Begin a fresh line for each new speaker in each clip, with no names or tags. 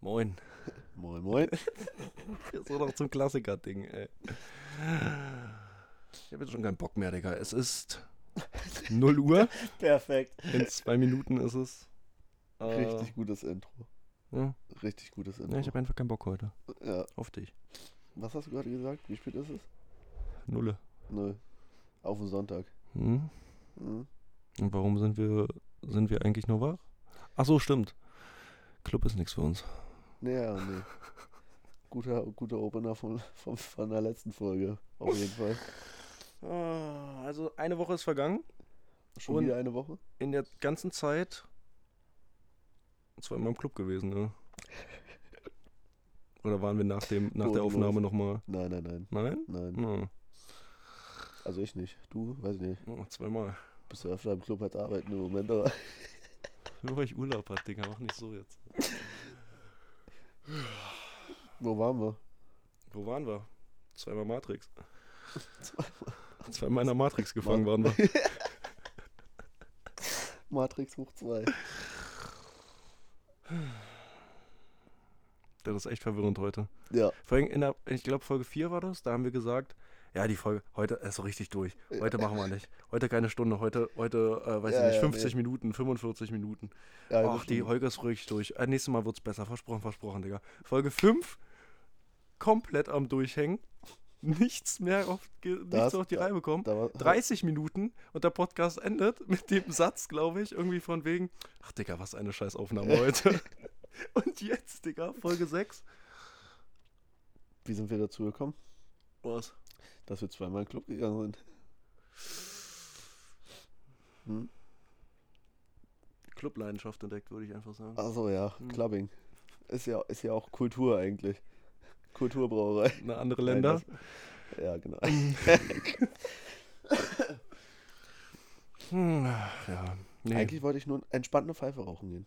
Moin.
Moin, moin.
So noch zum Klassiker-Ding, ey. Ich habe jetzt schon keinen Bock mehr, Digga. Es ist 0 Uhr.
Perfekt.
In zwei Minuten ist es. äh,
Richtig gutes Intro.
Ja,
Richtig gutes Intro.
ja ich habe einfach keinen Bock heute.
ja.
Auf dich.
Was hast du gerade gesagt? Wie spät ist es?
Nulle.
Null. Auf den Sonntag.
Hm?
Hm.
Und warum sind wir, sind wir eigentlich noch wach? Ach so, stimmt. Club ist nichts für uns.
Naja, nee. Guter, guter Opener von, von, von der letzten Folge. Auf jeden Fall.
Also eine Woche ist vergangen.
Schon
Und-
wieder eine Woche?
In der ganzen Zeit zweimal im Club gewesen, ne? Oder waren wir nach, dem, nach der
Bodenlos.
Aufnahme nochmal?
Nein, nein, nein.
Nein?
Nein.
Hm.
Also ich nicht. Du, weiß ich nicht.
Oh, zweimal.
Bist du öfter im Club als arbeiten im Moment, aber.
Nur weil ich Urlaub hatte, Digga, mach nicht so jetzt.
Wo waren wir?
Wo waren wir? Zweimal Matrix. Zweimal in der Matrix gefangen waren wir.
Matrix hoch 2.
Das ist echt verwirrend heute.
Ja.
Vor allem in der, ich glaube Folge 4 war das, da haben wir gesagt, ja, die Folge heute ist so richtig durch. Heute machen wir nicht. Heute keine Stunde, heute, heute, äh, weiß
Ja,
ich nicht,
ja,
50 Minuten, 45 Minuten.
ja das
Ach, die
stimmt.
Holger ist ruhig durch. Äh, nächstes Mal wird's besser. Versprochen, versprochen, Digga. Folge 5, komplett am Durchhängen. Nichts mehr auf, ge- nichts
Das-
auf die Reihe bekommen.
da war,
30 Minuten und der Podcast endet mit dem Satz, glaube ich, irgendwie von wegen, ach Digga, was eine scheiß Aufnahme heute. und jetzt, Digga, Folge 6.
Wie sind wir dazu gekommen?
Was?
Dass wir zweimal in den Club gegangen sind. Hm?
Clubleidenschaft entdeckt, würde ich einfach sagen.
Achso, ja,
Hm.
Clubbing. Ist ja, ist ja auch Kultur eigentlich. Kulturbrauerei.
Na, andere Länder.
Nein, das- Ja, genau.
Hm, ja. Nee.
Eigentlich wollte ich nur entspannt eine Pfeife rauchen gehen.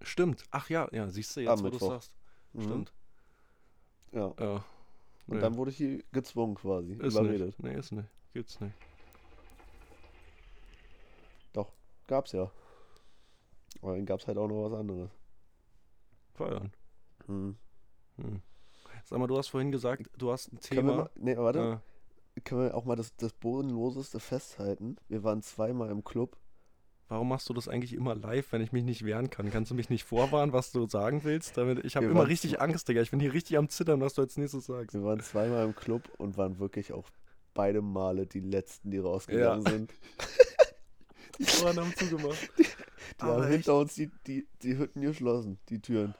Stimmt. Ach ja, ja, siehst du jetzt,
Am
wo du
Mittwoch.
sagst.
Mhm.
Stimmt.
Ja.
Ja.
Und
Nee.
dann wurde ich hier gezwungen quasi.
Ist
überredet.
nicht. Nee, ist nicht. Gibt's nicht.
Doch, gab's ja. Aber dann gab's halt auch noch was anderes.
Feiern.
Hm.
Hm. Sag mal, du hast vorhin gesagt, du hast ein
Können wir
Thema.
mal, nee, warte.
äh,
Können wir auch mal das, das Bodenloseste festhalten? Wir waren zweimal im Club.
warum machst du das eigentlich immer live, wenn ich mich nicht wehren kann? Kannst du mich nicht vorwarnen, was du sagen willst? Damit, ich habe
Wir
immer
waren
richtig Angst, Digga. Ich bin hier richtig am Zittern, was du als nächstes sagst.
Wir waren zweimal im Club und waren wirklich auch beide Male die letzten, die rausgegangen
Ja.
sind.
Die Ohren haben zugemacht.
Die haben hinter uns die, die, die Hütten geschlossen, die Türen.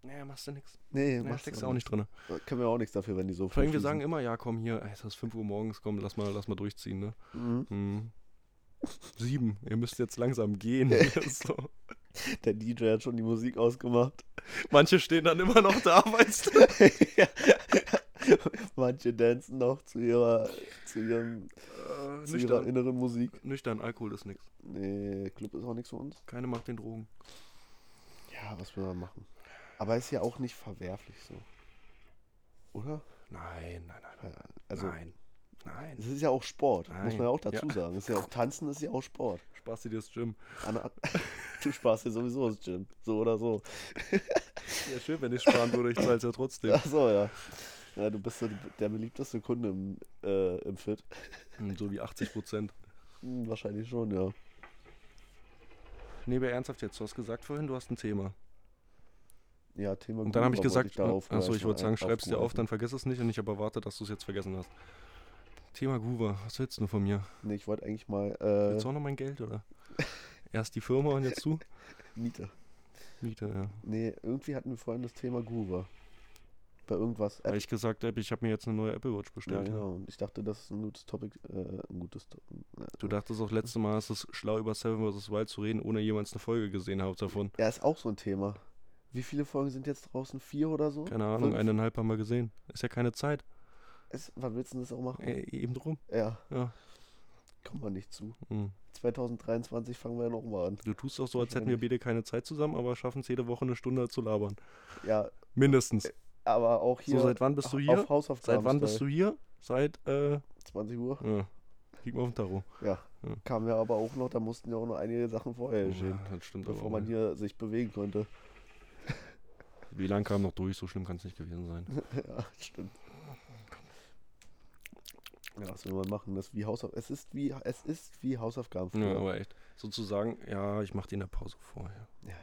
Naja, machst du nichts.
Nee,
Naja,
machst
steckst du auch nicht drin.
Da Können wir auch nichts dafür, wenn die so
Vor allem, wir sagen
verschließen.
immer, ja, komm hier, ey, es ist 5 Uhr morgens, komm, lass mal, lass mal durchziehen, ne?
Mhm.
Hm. Sieben, ihr müsst jetzt langsam gehen. so.
Der DJ hat schon die Musik ausgemacht.
Manche stehen dann immer noch da, weißt du?
Manche tanzen noch zu ihrer, zu ihrem,
Äh,
zu ihrer
nüchtern.
inneren Musik.
nüchtern, Alkohol ist nichts.
Nee, Club ist auch nichts für uns.
Keine macht den Drogen.
Ja, was will man machen? Aber ist ja auch nicht verwerflich so. Oder?
Nein, nein, nein.
Also,
nein. Nein.
es ist ja auch Sport, muss
Nein.
man ja auch dazu
Ja.
sagen. Es Ist ja auch, Tanzen ist ja auch Sport.
Spaß dir das Gym.
Anna, du sparst dir sowieso das Gym. So oder so.
Ja, schön, wenn ich sparen würde, ich zahle es ja trotzdem.
Ach so, ja. ja. Du bist so die- der beliebteste Kunde im, äh, im Fit.
Hm, So wie 80 Prozent.
Hm, wahrscheinlich schon, ja.
Nee, aber ernsthaft jetzt, du hast gesagt vorhin, du hast ein Thema.
Ja, Thema
Und dann habe ich
Google wollte
gesagt, ne,
da aufgreifen,
achso, ich würde sagen,
äh,
schreib's dir auf,
aufgreifen.
dann vergiss es nicht und ich aber warte, dass du es jetzt vergessen hast. Thema Guva, was willst du von mir?
Nee, ich wollte eigentlich mal
Willst
äh,
du auch noch mein Geld, oder? Erst die Firma und jetzt du?
Miete.
Miete, ja.
Nee, irgendwie hatten wir vorhin das Thema Google. Bei irgendwas.
Weil ich gesagt habe, ich habe mir jetzt eine neue Apple Watch
ja,
bestellt. Ja,
genau. Und ich dachte, das ist ein gutes Topic. Äh, ein gutes To-
Du dachtest auch letzte Mal, es ist schlau, über Seven vs. Wild zu reden, ohne jemals eine Folge gesehen habt davon.
Ja, ist auch so ein Thema. Wie viele Folgen sind jetzt draußen? Vier oder so?
Keine Ahnung,
Hm? Fünf?
eineinhalb haben wir gesehen. Ist ja keine Zeit.
Es, wann willst du denn das auch machen?
Äh, eben drum.
Ja,
Ja.
kommt man nicht zu.
Hm.
2023 fangen wir ja nochmal an.
Du tust auch so, als hätten wir beide keine Zeit zusammen, aber schaffen es jede Woche eine Stunde zu labern.
Ja,
Mindestens.
aber auch Äh, hier.
So, seit wann bist du
auf-
hier?
Auf Hausaufgaben.
Seit wann bist du hier? Seit, äh,
20 Uhr.
ja. Liegt mal auf dem Tarot.
Ja.
Ja.
Kamen ja aber auch noch, da mussten ja auch noch einige Sachen vorher geschehen,
das stimmt aber
bevor
auch.
man
nicht.
hier sich bewegen konnte.
Wie lang kam noch durch? So schlimm kann es nicht gewesen sein.
ja, stimmt. Ja, was will man machen? Das ist wie Hausauf es ist wie es ist wie Hausaufgaben
Ja,
früher.
aber echt. Sozusagen, ja, ich mache die in der Pause vorher.
Ja, ja.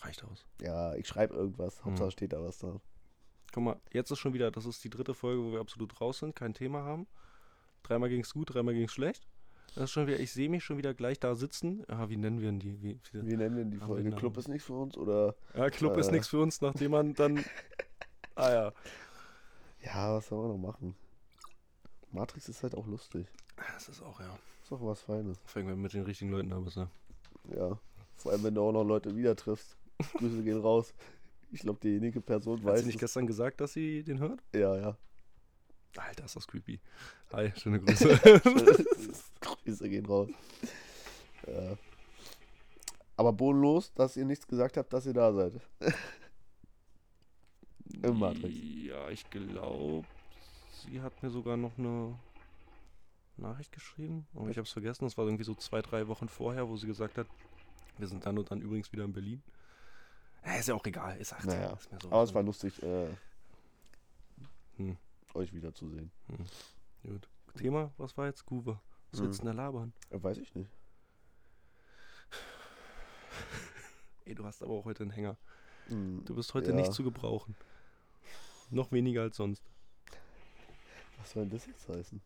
Reicht aus.
ja, ich schreibe irgendwas, Hauptsache steht da was da.
Guck mal, jetzt ist schon wieder, das ist die dritte Folge, wo wir absolut raus sind, kein Thema haben. Dreimal ging es gut, dreimal ging es schlecht. Das ist schon wieder, ich sehe mich schon wieder gleich da sitzen. Ah, wie nennen wir denn die? Wie, wie,
Wie nennen wir denn die
Haben wir
Folge?
einen
Club
Namen?
ist nichts für uns oder
ja, Club ist
äh.
nichts für uns, nachdem man dann. Ah ja.
ja, was soll man noch machen? Matrix ist halt auch lustig.
Das ist auch, ja.
Ist doch was Feines.
Fangen wir mit den richtigen Leuten an, ne? besser.
Ja. Vor allem, wenn du auch noch Leute wieder triffst. Grüße gehen raus. Ich glaube, diejenige Person
Hat
weiß
sie nicht
es.
gestern gesagt, dass sie den hört?
Ja, ja.
Alter, ist das creepy. Hi, schöne Grüße.
Grüße gehen raus. Ja. Aber bodenlos, dass ihr nichts gesagt habt, dass ihr da seid. Im Matrix.
Ja, ich glaube, sie hat mir sogar noch eine Nachricht geschrieben. Aber ich habe es vergessen. Das war irgendwie so zwei, drei Wochen vorher, wo sie gesagt hat, wir sind dann und dann übrigens wieder in Berlin. Äh, ist ja auch egal. Ist 18.
Naja,
Ist mir so
Aber es war lustig, äh,
Hm.
euch wiederzusehen.
Gut. Thema, was war jetzt? Kuba. Was willst du denn da labern?
Äh, weiß ich nicht.
Ey, du hast aber auch heute einen Hänger.
Hm,
Du bist heute
Ja.
nicht zu gebrauchen. Noch weniger als sonst.
was soll denn das jetzt heißen?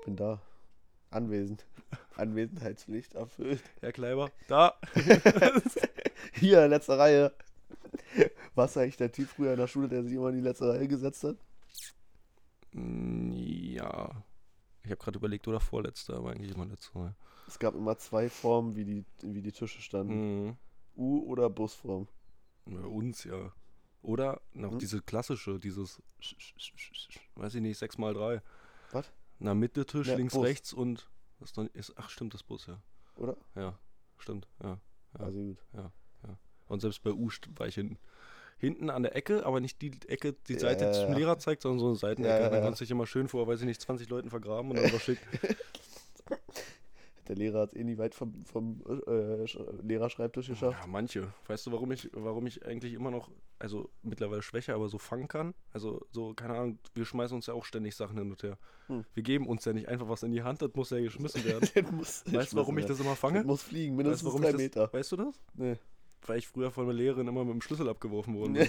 Ich bin da. Anwesend. Anwesenheitspflicht erfüllt.
Herr Kleiber, da!
Hier, letzte Reihe. Was eigentlich der Typ früher in der Schule, der sich immer in die letzte Reihe gesetzt hat?
Mm, Ja. Ich habe gerade überlegt, oder vorletzte, aber eigentlich immer letzte. Mal.
Es gab immer zwei Formen, wie die, wie die Tische standen.
Mhm.
U- oder Busform.
Bei Äh, uns ja. Oder noch
Hm?
diese klassische, dieses, weiß ich nicht, 6 mal 3
Was?
Na, Mitteltisch,
Ja,
links,
Bus.
rechts und. Das ist doch, ist, ach, stimmt, das Bus, ja.
Oder?
Ja, stimmt, ja. Ja.
Also gut.
Und selbst bei U st- war ich hinten. Hinten an der Ecke, aber nicht die Ecke, die Seite
Ja, ja,
zum
ja.
Lehrer zeigt, sondern so eine Seitenecke.
Ja, ja,
Und dann
ja.
kannst du dich immer schön vor, weiß ich nicht, 20 Leuten vergraben und dann verschickt.
Der Lehrer hat es eh nie weit vom, vom äh, Sch- Lehrerschreibtisch geschafft.
Ja, manche. Weißt du, warum ich, warum ich eigentlich immer noch, also mittlerweile schwächer, aber so fangen kann? Also, so, keine Ahnung, wir schmeißen uns ja auch ständig Sachen hin und her.
Hm.
Wir geben uns ja nicht einfach was in die Hand, das muss ja geschmissen werden.
Den muss
weißt du, warum ich
müssen wir-
das immer
Den
fange?
muss fliegen,
Weißt du,
mindestens
warum
drei
ich das,
Meter.
Weißt du das?
Nee.
Weil ich früher von der Lehrerin immer mit dem Schlüssel abgeworfen wurde.
Nee.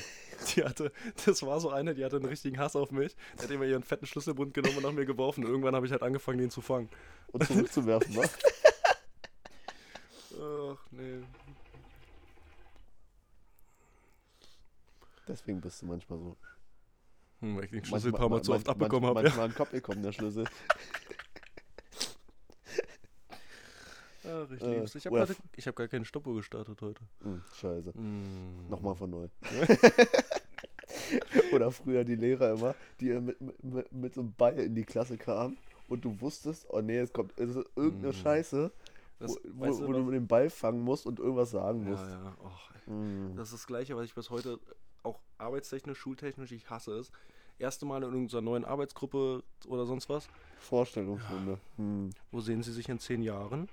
Die hatte, das war so eine, die hatte einen richtigen Hass auf mich. Die hat immer ihren fetten Schlüsselbund genommen und nach mir geworfen. Irgendwann habe ich halt angefangen, den zu fangen.
Und zurückzuwerfen, was?
Ach, nee.
Deswegen bist du manchmal so.
Hm, weil ich den Schlüssel ein
Manchmal-
paar Mal zu
man-
oft abbekommen
manch-
habe. Ja.
Manchmal an den Kopf gekommen, der Schlüssel.
Ach, ich
Äh,
lieb's. Ich habe
oder
gerade- ich hab gar keine Stoppuhr gestartet heute.
Hm, scheiße.
Mm.
Nochmal von neu. Oder früher die Lehrer immer, die mit, mit, mit so einem Ball in die Klasse kamen und du wusstest, oh nee, es kommt es ist irgendeine
Mm.
Scheiße,
Das,
wo,
weißt du
wo, wo
noch?
du mit dem Ball fangen musst und irgendwas sagen musst.
ja, ja. Och, ey.
Mm.
das ist das Gleiche, was ich bis heute auch arbeitstechnisch, schultechnisch, ich hasse es. Erste Mal in unserer neuen Arbeitsgruppe oder sonst was.
Vorstellungsrunde. Hm.
Wo sehen Sie sich in zehn Jahren?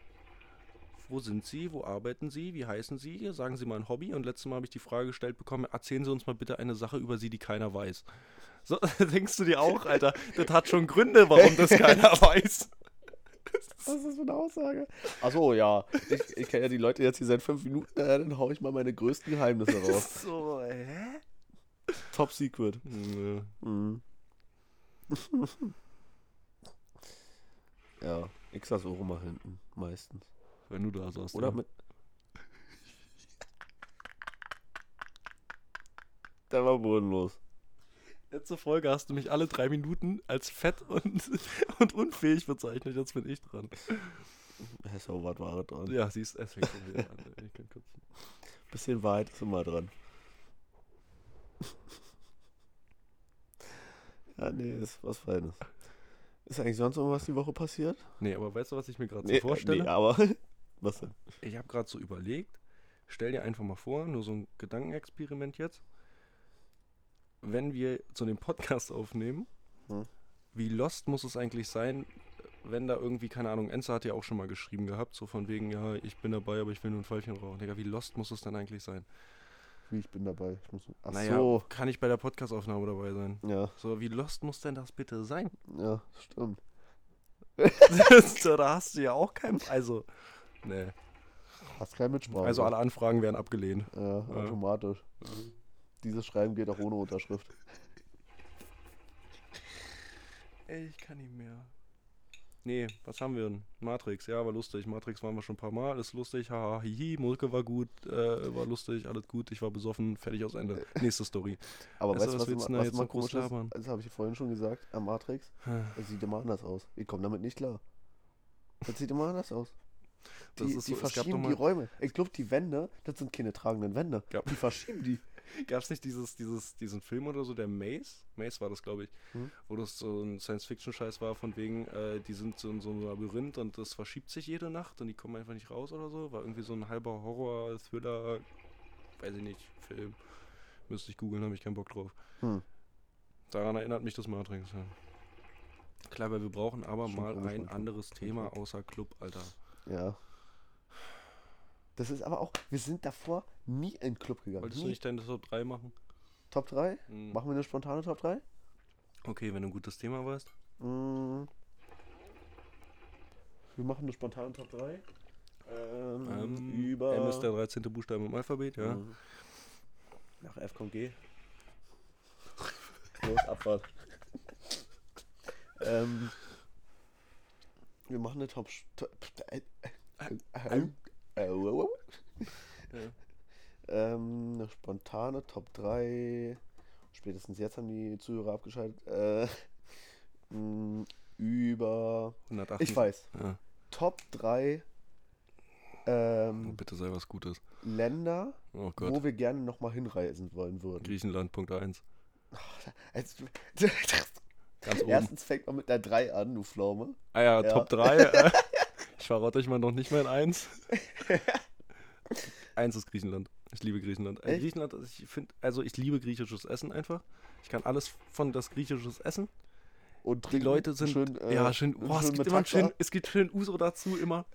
Wo sind Sie? Wo arbeiten Sie? Wie heißen Sie? Sagen Sie mal ein Hobby. Und letztes Mal habe ich die Frage gestellt bekommen: Erzählen Sie uns mal bitte eine Sache über Sie, die keiner weiß. So, denkst du dir auch, Alter, das hat schon Gründe, warum das keiner weiß.
Was ist das für eine Aussage? Achso, ja. Ich, ich kenne ja die Leute jetzt hier seit fünf Minuten, naja, dann hau ich mal meine größten Geheimnisse raus.
So, hä?
Top Secret.
Nö.
Mhm. ja, ich saß auch immer hinten, meistens.
Wenn du da saßt.
Oder
ja.
mit. Der war bodenlos.
Letzte Folge hast du mich alle drei Minuten als fett und, und unfähig bezeichnet. Jetzt bin ich dran.
Hessau war Ware dran.
Ja, siehst es fängt schon wieder an. ey. Ich kann kotzen.
Bisschen Wahrheit ist immer dran. ja, nee, ist was Feines. Ist eigentlich sonst irgendwas die Woche passiert?
Nee, aber weißt du, was ich mir gerade
Nee, äh,
so vorstelle?
Nee, aber. Was denn?
Ich habe gerade so überlegt, stell dir einfach mal vor, nur so ein Gedankenexperiment jetzt, wenn wir zu dem Podcast aufnehmen,
Hm.
wie lost muss es eigentlich sein, wenn da irgendwie, keine Ahnung, Enzo hat ja auch schon mal geschrieben gehabt, so von wegen, ja, ich bin dabei, aber ich will nur ein Pfeifchen rauchen. Digga, wie lost muss es dann eigentlich sein?
Wie ich bin dabei. Ich muss. Ach
naja,
so.
kann ich bei der Podcastaufnahme dabei sein?
Ja,
So, wie lost muss denn das bitte sein?
ja, stimmt.
so, da hast du ja auch kein. Also, nee.
Hast keine Mitsprache.
Also, alle Anfragen werden abgelehnt.
Ja, automatisch. Dieses Schreiben geht auch ohne Unterschrift.
Ey, ich kann nicht mehr. Nee, was haben wir denn? Matrix, ja, war lustig. Matrix waren wir schon ein paar Mal, ist lustig, haha, hihi, Mulke war gut, äh, war lustig, alles gut, ich war besoffen, fertig aus Ende.
Äh.
Nächste Story.
Aber
Also,
weißt du,
was
was,
willst du
immer-
da
was
jetzt
immer
noch groß
komisch ist?
labern?
Das habe ich vorhin schon gesagt, am Matrix. Es sieht immer anders aus. Ich komme damit nicht klar. Das sieht immer anders aus. Die,
Das ist
die
so, es gab doch
verschieben
mal-
die Räume. Ich glaube, die Wände, das sind keine tragenden Wände.
Gab-
Die verschieben die.
Gab's nicht dieses, dieses, diesen Film oder so, der Maze? Maze war das, glaube ich.
Mhm.
Wo das so ein Science-Fiction-Scheiß war, von wegen, äh, die sind so in so einem Labyrinth und das verschiebt sich jede Nacht und die kommen einfach nicht raus oder so. War irgendwie so ein halber Horror, Thriller, weiß ich nicht, Film. Müsste ich googeln, habe ich keinen Bock drauf.
Hm.
Daran erinnert mich das Matrix. Ja. Klar, weil wir brauchen aber
Schon
mal
komisch
ein
manchmal.
anderes Thema außer Club, Alter.
Ja. Das ist aber auch, wir sind davor nie in den Club gegangen.
Wolltest
Nie.
du nicht deine Top 3 machen?
Top 3?
Hm.
Machen wir eine spontane Top 3?
Okay, wenn du ein gutes Thema weißt.
Mm. Wir machen eine spontane Top 3. Ähm,
Ähm,
über.
M ist der 13. Buchstabe im Alphabet, ja.
Mhm. Nach F kommt G. Los, Abfahrt. ähm, wir machen eine Top. Top äh, äh, äh, äh,
Ja.
ähm, eine spontane Top 3. Spätestens jetzt haben die Zuhörer abgeschaltet. Äh, mh, über.
108.
Ich weiß.
Ja.
Top 3
Oh,
ähm,
bitte sei was Gutes.
Länder,
Oh Gott.
wo wir gerne nochmal hinreisen wollen würden.
Griechenland, Punkt 1.
Also,
Ganz oben.
erstens fängt man mit einer 3 an, du Pflaume.
ah ja,
ja.
Top 3. Äh, ich verrate euch mal noch nicht mal in 1. 1 ist Griechenland. Ich liebe Griechenland. Äh,
Echt?
Griechenland, ist- ich finde, also ich liebe griechisches Essen einfach. Ich kann alles von das griechisches Essen.
Und
Die
trinken
Leute sind.
schön, äh,
ja, schön. Oh, es,
schön
gibt
mit
immer einen
Taxa
schönen, es gibt schön Uso dazu immer.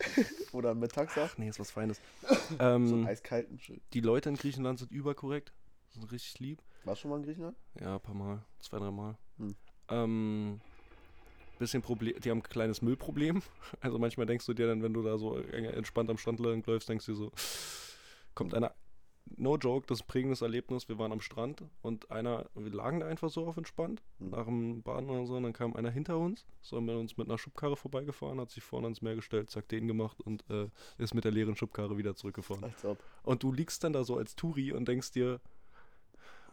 oder mit Taxa.
Ach nee, ist was Feines.
So einen
Ähm,
eiskalten schön.
die Leute in Griechenland sind überkorrekt. Sind richtig lieb.
Warst du schon mal in Griechenland?
Ja, ein paar Mal. Zwei, drei Mal.
Hm.
Ähm, bisschen Problem, die haben ein kleines Müllproblem. Also manchmal denkst du dir dann, wenn du da so entspannt am Strand lang läufst, denkst du dir so, kommt einer, no joke, das ist ein prägendes Erlebnis, wir waren am Strand und einer, wir lagen da einfach so auf entspannt,
Hm.
nach dem Baden oder so, und dann kam einer hinter uns, so haben wir uns mit einer Schubkarre vorbeigefahren, hat sich vorne ans Meer gestellt, zack, den gemacht und äh, ist mit der leeren Schubkarre wieder zurückgefahren.
Als ob.
Und du liegst dann da so als Touri und denkst dir,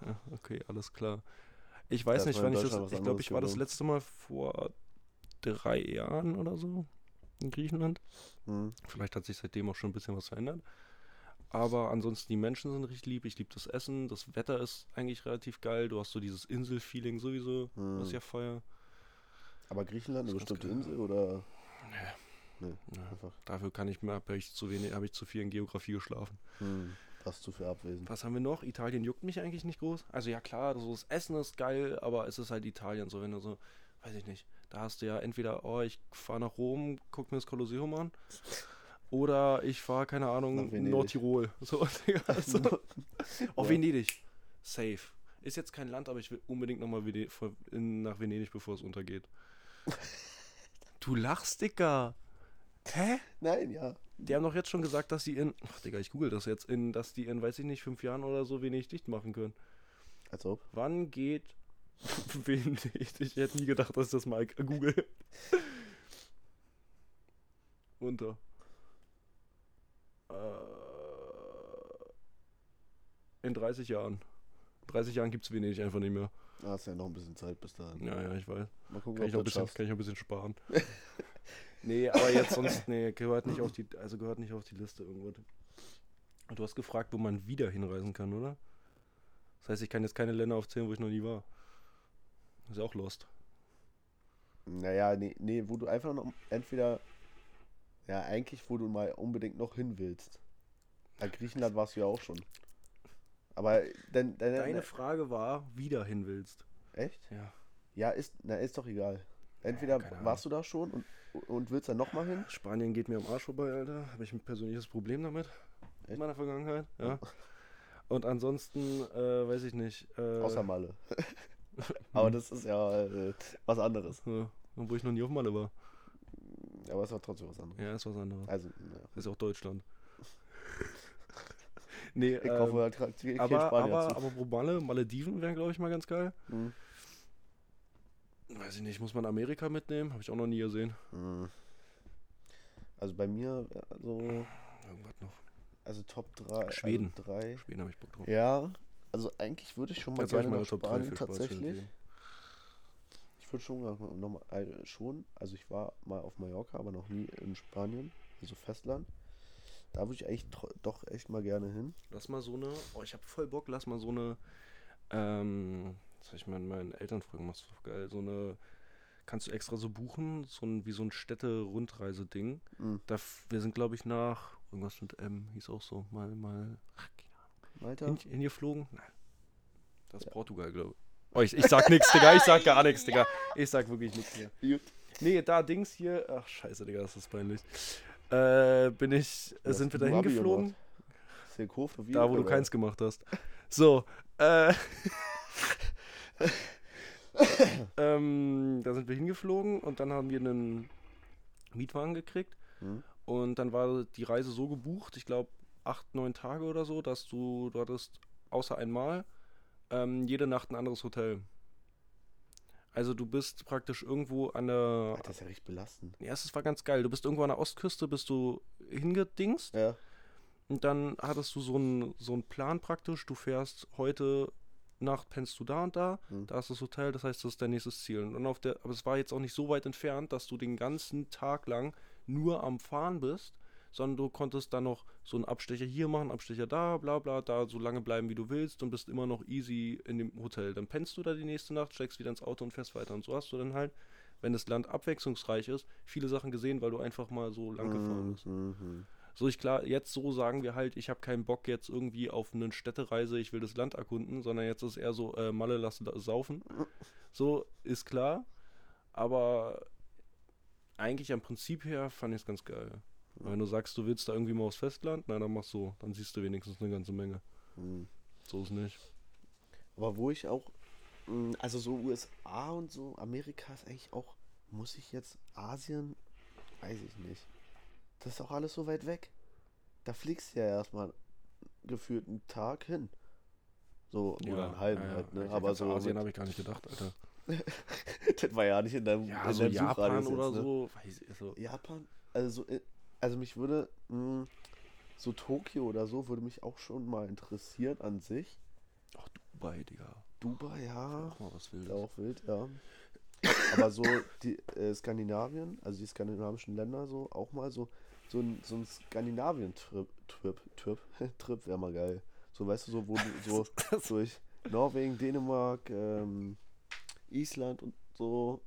ja, okay, alles klar. Ich weiß
hat
nicht,
man in
wann ich das.
Deutschland was
Ich glaube,
anderes
ich war das
gewohnt.
letzte Mal vor drei Jahren oder so in Griechenland.
Hm.
Vielleicht hat sich seitdem auch schon ein bisschen was verändert. Aber ansonsten, die Menschen sind richtig lieb. Ich liebe das Essen. Das Wetter ist eigentlich relativ geil. Du hast so dieses Inselfeeling sowieso. Das ist
Hm.
ja Feuer.
Aber Griechenland, eine
Das ist ganz
bestimmte
geil.
Insel oder? Nee.
Ja.
Einfach.
Dafür kann ich mir, habe ich zu wenig, habe ich zu viel in Geografie geschlafen.
Hm. Warst zu viel abwesend.
Was haben wir noch? Italien juckt mich eigentlich nicht groß. Also ja klar, so das Essen ist geil, aber es ist halt Italien. So wenn du so, weiß ich nicht, da hast du ja entweder, oh, ich fahre nach Rom, guck mir das Kolosseum an. Oder ich fahre, keine Ahnung,
Nach Venedig.
Nordtirol. So, Digga, so. Oh,
Ja.
Venedig. Safe. Ist jetzt kein Land, aber ich will unbedingt nochmal nach Venedig, bevor es untergeht. Du lachst, Digga. Hä?
Nein, ja.
Die haben doch jetzt schon gesagt, dass sie in, ach Digga, ich google das jetzt, in, dass die in, weiß ich nicht, fünf Jahren oder so wenig dicht machen können.
Als ob.
Wann geht Venedig? Ich hätte nie gedacht, dass ich das mal google. Unter. Äh, in 30 Jahren. In 30 Jahren gibt es Venedig einfach nicht mehr.
Ah, ist ja noch ein bisschen Zeit bis dahin.
Ja, ja, ich weiß.
Mal gucken,
Kann ich, noch
ob
ein
du
bisschen,
schaffst.
kann ich noch ein bisschen sparen. nee, aber jetzt sonst, nee, gehört nicht auf die, also gehört nicht auf die Liste irgendwo. Und Du hast gefragt, wo man wieder hinreisen kann, oder? Das heißt, ich kann jetzt keine Länder aufzählen, wo ich noch nie war. Ist ja auch lost.
Naja, nee, nee, wo du einfach noch entweder. Ja, eigentlich, wo du mal unbedingt noch hin willst. Bei Griechenland warst du ja auch schon. Aber dann. dann
Deine Frage war, wieder hin willst.
echt?
Ja.
ne. Ja, ist, na, ist doch egal. Entweder
keine Ahnung.
warst du da schon und, und willst dann nochmal hin.
Spanien geht mir am Arsch vorbei, Alter. Habe ich ein persönliches Problem damit.
Echt?
In meiner Vergangenheit, ja. Und ansonsten, äh, weiß ich nicht. Äh,
Außer Malle. Aber das ist ja äh, was anderes.
ja, wo ich noch nie auf Malle war.
Aber es war trotzdem was anderes.
Ja, ist was anderes.
Also, ja.
Ist auch Deutschland. nee,
ich
ähm,
kaufe halt gerade kein
aber,
Spanier
aber,
zu.
aber wo Malle, Malediven wären, glaube ich, mal ganz geil.
Mhm.
Weiß ich nicht, muss man Amerika mitnehmen? Habe ich auch noch nie gesehen.
Mhm. Also bei mir, also,
Irgendwas noch.
also Top 3.
Schweden.
Also drei.
Schweden habe ich Bock drauf.
Ja, also eigentlich würde ich schon mal
Jetzt habe ich
gerne
meine
nach
Top 3
Spanien
für
tatsächlich.
tatsächlich.
Ich würde schon gerne nochmal, äh, schon, also ich war mal auf Mallorca, aber noch nie in Spanien, also Festland. Da würde ich eigentlich tro- doch echt mal gerne hin.
Lass mal so eine, oh, ich habe voll Bock, lass mal so eine, ähm, das habe ich meinen, meinen Eltern fragen, machst du geil, so eine, kannst du extra so buchen, so ein, wie so ein Städte-Rundreise-Ding.
Mhm.
Da, f- wir sind, glaube ich, nach, irgendwas mit M, hieß auch so, mal, mal, ach,
Malta?
hin, hingeflogen? Nein. Das ist
Ja.
Portugal, glaube ich. Oh, ich, ich sag nichts, Digga, ich sag gar nichts, Digga. Ich sag wirklich nichts mehr.
Gut.
Nee, da Dings hier, ach scheiße, Digga, das ist peinlich. Äh, bin ich,
Du
sind
hast
wir da
ein Abi
hingeflogen?
gemacht. Silkofe, wie
Da, wo du
überall.
keins gemacht hast. So, äh. ähm, da sind wir hingeflogen und dann haben wir einen Mietwagen gekriegt.
Mhm.
Und dann war die Reise so gebucht, ich glaube, acht, neun Tage oder so, dass du, du hattest außer einmal ähm, jede Nacht ein anderes Hotel. Also du bist praktisch irgendwo an der.
Alter, das ist ja richtig belastend.
Ja, es war ganz geil. Du bist irgendwo an der Ostküste, bist du hingedingst.
Ja.
Und dann hattest du so einen so einen Plan praktisch. Du fährst heute Nacht, pennst du da und da.
Mhm.
Da ist das Hotel, das heißt, das ist dein nächstes Ziel. Und auf der, aber es war jetzt auch nicht so weit entfernt, dass du den ganzen Tag lang nur am Fahren bist, sondern du konntest dann noch so einen Abstecher hier machen, Abstecher da, bla bla, da so lange bleiben, wie du willst und bist immer noch easy in dem Hotel. Dann pennst du da die nächste Nacht, steigst wieder ins Auto und fährst weiter. Und so hast du dann halt, wenn das Land abwechslungsreich ist, viele Sachen gesehen, weil du einfach mal so lang gefahren
Mhm,
bist.
mhm.
So, ich klar, jetzt so sagen wir halt, ich habe keinen Bock jetzt irgendwie auf eine Städtereise, ich will das Land erkunden, sondern jetzt ist eher so, äh, Malle lassen da saufen. So, ist klar. Aber eigentlich am Prinzip her fand ich es ganz geil. Wenn du sagst, du willst da irgendwie mal aufs Festland, na dann mach so, dann siehst du wenigstens eine ganze Menge.
Mhm.
So ist nicht.
Aber wo ich auch, mh, also so USA und so, Amerika ist eigentlich auch, muss ich jetzt Asien? Weiß ich nicht. Das ist auch alles so weit weg. Da fliegst du ja erstmal gefühlt einen Tag hin. So, oder einen halben halt, ne? Aber so.
Asien
mit,
habe ich gar nicht gedacht, Alter.
das war ja nicht in deinem,
Ja,
in
so
deinem
Japan
Suchradius
oder
jetzt, ne?
so, weiß ich, so.
Japan, also, so, äh, also mich würde, mh, so Tokio oder so, würde mich auch schon mal interessieren an sich.
Ach, Dubai, Digga.
Dubai, ja.
Auch mal was Wildes.
Ist auch wild, ja. Aber so die äh, Skandinavien, also die skandinavischen Länder so, auch mal so, so ein, so ein Skandinavien-Trip, Trip, Trip, Trip wäre mal geil. So, weißt du, so, wo du so durch Norwegen, Dänemark, ähm, Island und so.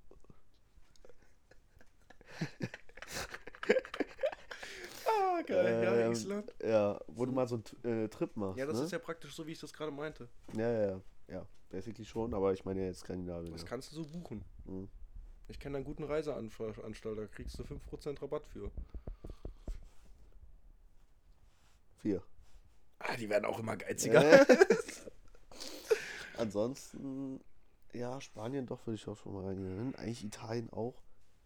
Ah,
ähm, Ja, wo du mal so einen T- äh, Trip machst.
Ja, das
ne?
ist ja praktisch so, wie ich das gerade meinte.
Ja, ja, ja. Ja, basically schon, aber ich meine ja jetzt Skandinavien.
Das
Ja.
kannst du so buchen.
Mhm.
Ich kenne einen guten Reiseanstalt, da kriegst du 5% Rabatt für.
Vier.
Ah, die werden auch immer geiziger.
Äh. Ansonsten, ja, Spanien doch würde ich auch schon mal gerne hin. Eigentlich Italien auch.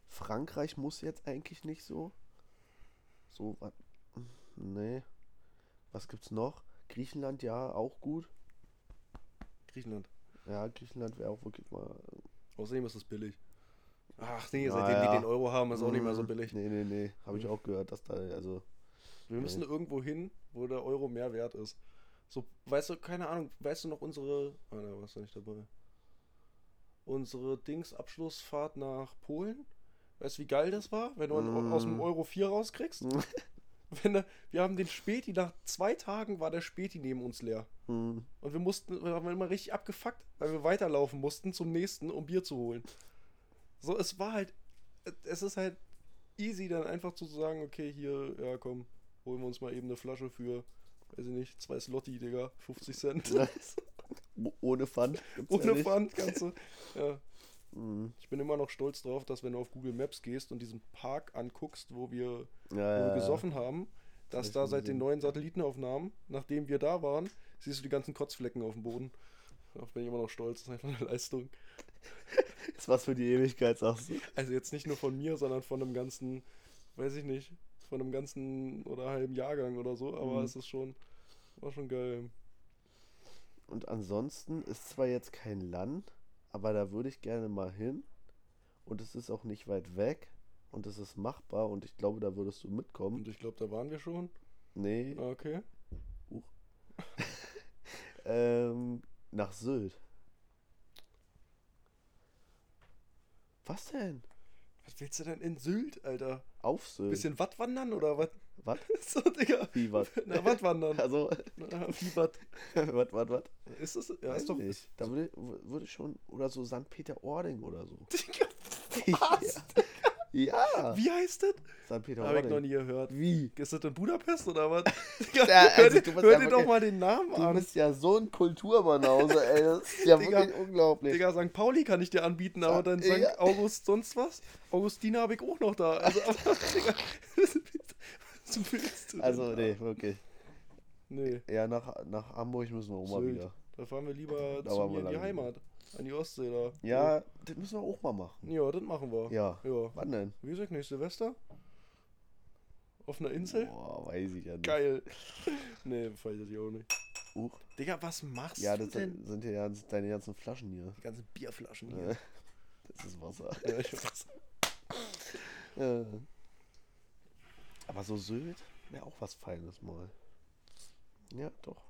Frankreich muss jetzt eigentlich nicht so. So, wa- nee. Was gibt's noch? Griechenland, ja, auch gut.
Griechenland.
Ja, Griechenland wäre auch wirklich mal.
Außerdem ist es billig. Ach nee,
Na
seitdem
ja.
die den Euro haben, ist auch nicht mehr so
Mm,
billig.
Nee, nee, nee. Habe ich
Mhm.
auch gehört, dass da, also.
Wir müssen irgendwo hin, wo der Euro mehr wert ist. So, weißt du, keine Ahnung, weißt du noch unsere. Ah, da warst du nicht dabei. Unsere Dings-Abschlussfahrt nach Polen? Weißt du, wie geil das war, wenn du einen-
Mm.
aus dem Euro 4 rauskriegst? Wenn der, wir haben den Späti, nach zwei Tagen war der Späti neben uns leer.
Hm,
Und wir mussten, wir haben immer richtig abgefuckt, weil wir weiterlaufen mussten zum nächsten, um Bier zu holen. So, es war halt, es ist halt easy, dann einfach zu sagen, okay, hier, ja komm, holen wir uns mal eben eine Flasche für, weiß ich nicht, zwei Slotti, Digga, 50 Cent.
o- ohne Pfand. gibt's ja
Ohne
nicht.
Pfand kannst du. Ja.
Mhm.
Ich bin immer noch stolz drauf, dass wenn du auf Google Maps gehst und diesen Park anguckst, wo wir wo
Ja, ja,
wir
ja.
gesoffen haben, dass
hab ich
da
schon
seit den
gesehen.
neuen Satellitenaufnahmen, nachdem wir da waren, siehst du die ganzen Kotzflecken auf dem Boden. Darauf bin ich immer noch stolz, das ist einfach eine Leistung.
Ist was für die Ewigkeit, sagst du.
Also jetzt nicht nur von mir, sondern von einem ganzen, weiß ich nicht, von einem ganzen oder halben Jahrgang oder so, aber
Mhm.
es ist schon, war schon geil.
Und ansonsten ist zwar jetzt kein Land, aber da würde ich gerne mal hin. Und es ist auch nicht weit weg. Und es ist machbar. Und ich glaube, da würdest du mitkommen.
Und ich glaube, da waren wir schon.
Nee,
Ah, Okay.
ähm, nach Sylt. Was denn?
Was willst du denn in Sylt, Alter?
Auf Sylt?
Bisschen Watt wandern oder was?
Was?
so, Digga.
Wie, was?
Na, Watt wandern.
Also,
Na, Wie Watt?
was, was, was?
Ist das? Ja,
Weiß
ist doch.
nicht. Da würde, würde ich schon, oder so St. Peter-Ording oder so.
Digga,
ja. ja.
wie heißt das?
St.
Habe ich noch
Peter-Ording.
nie gehört.
Wie?
Ist das in Budapest oder was?
Ja,
hör
also
dir,
du bist
hör
ja
dir doch
wirklich-
mal den Namen
Du
an.
bist ja so ein Kulturbanause, ey. Das ist ja
Digga,
wirklich unglaublich.
Digga, St. Pauli kann ich dir anbieten, aber dann St.
Ja.
August sonst was? Augustina habe ich auch noch da. Also, aber, Digga, was willst du denn
Also,
da?
nee, wirklich.
Nee,
Ja, nach, nach Hamburg müssen wir auch mal
Sylt.
wieder.
da fahren wir lieber
Da
zu
waren
mir
wir
in die
lange nicht mehr.
Heimat. An die Ostsee da.
Ja, das müssen wir auch mal machen.
Ja, das machen wir.
Ja.
Ja.
Wann denn?
Wie gesagt, nicht Silvester? Auf einer Insel?
Boah, weiß ich ja nicht.
Geil. nee, weiß ich auch nicht.
Uch.
Digga, was machst
Ja,
du
das
denn?
sind, sind ja ganz- deine ganzen Flaschen hier.
Die ganzen Bierflaschen
Äh,
hier.
Das ist Wasser.
Ja, ich weiß.
Äh. Aber so Sylt wäre auch was Feines mal. Ja, doch.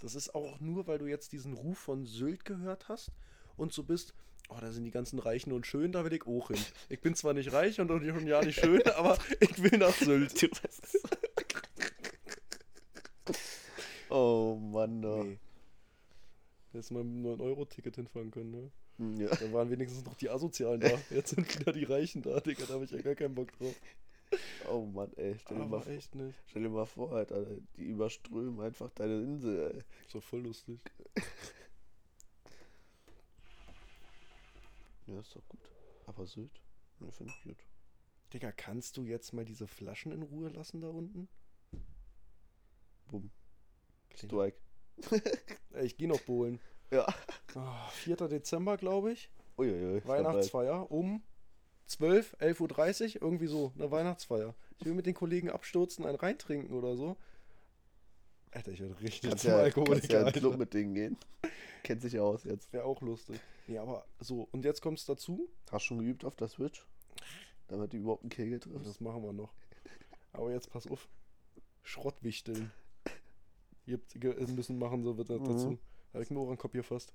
Das ist auch nur, weil du jetzt diesen Ruf von Sylt gehört hast und so bist, oh, da sind die ganzen Reichen und Schönen, da will ich auch hin. Ich bin zwar nicht reich und auch schon ja nicht schön, aber ich will nach Sylt.
Du bist. oh Mann, doch.
Nee. Hättest mal mit einem 9-Euro-Ticket hinfahren können, ne?
Hm, Ja.
Da waren wenigstens noch die Asozialen da. Jetzt sind wieder die Reichen da, Digga, da habe ich ja gar keinen Bock drauf.
Oh Mann, ey, stell dir, mal,
Aber
vor-
echt nicht.
stell dir mal vor, Alter, die überströmen einfach deine Insel, ey.
Ist doch voll lustig.
Ja, ist doch gut. Aber Sylt? Ne, finde ich gut.
Digga, kannst du jetzt mal diese Flaschen in Ruhe lassen da unten?
Bumm.
Kleiner-
Strike.
Ey, Ich gehe noch bowlen.
Ja.
Ah, 4. Dezember, glaube ich.
Uiuiui. ist vorbei.
Weihnachtsfeier um 12, 11.30 Uhr, irgendwie so, eine Weihnachtsfeier. Ich will mit den Kollegen abstürzen, einen reintrinken oder so. Alter, ich werde richtig
Kannst
zum
ja, kannst ja
Alkoholiker.
in den
Ja
Club mit denen gehen. Kennt sich ja aus jetzt.
Wäre auch lustig. Ja, aber so, und jetzt kommt's dazu.
Hast schon geübt auf der Switch? Damit du überhaupt einen Kegel triffst?
Das machen wir noch. Aber jetzt pass auf. Schrottwichteln. Gibt, ge- müssen machen, so wird das
Mhm.
dazu. Habe ich mir auch an Kopf gefasst.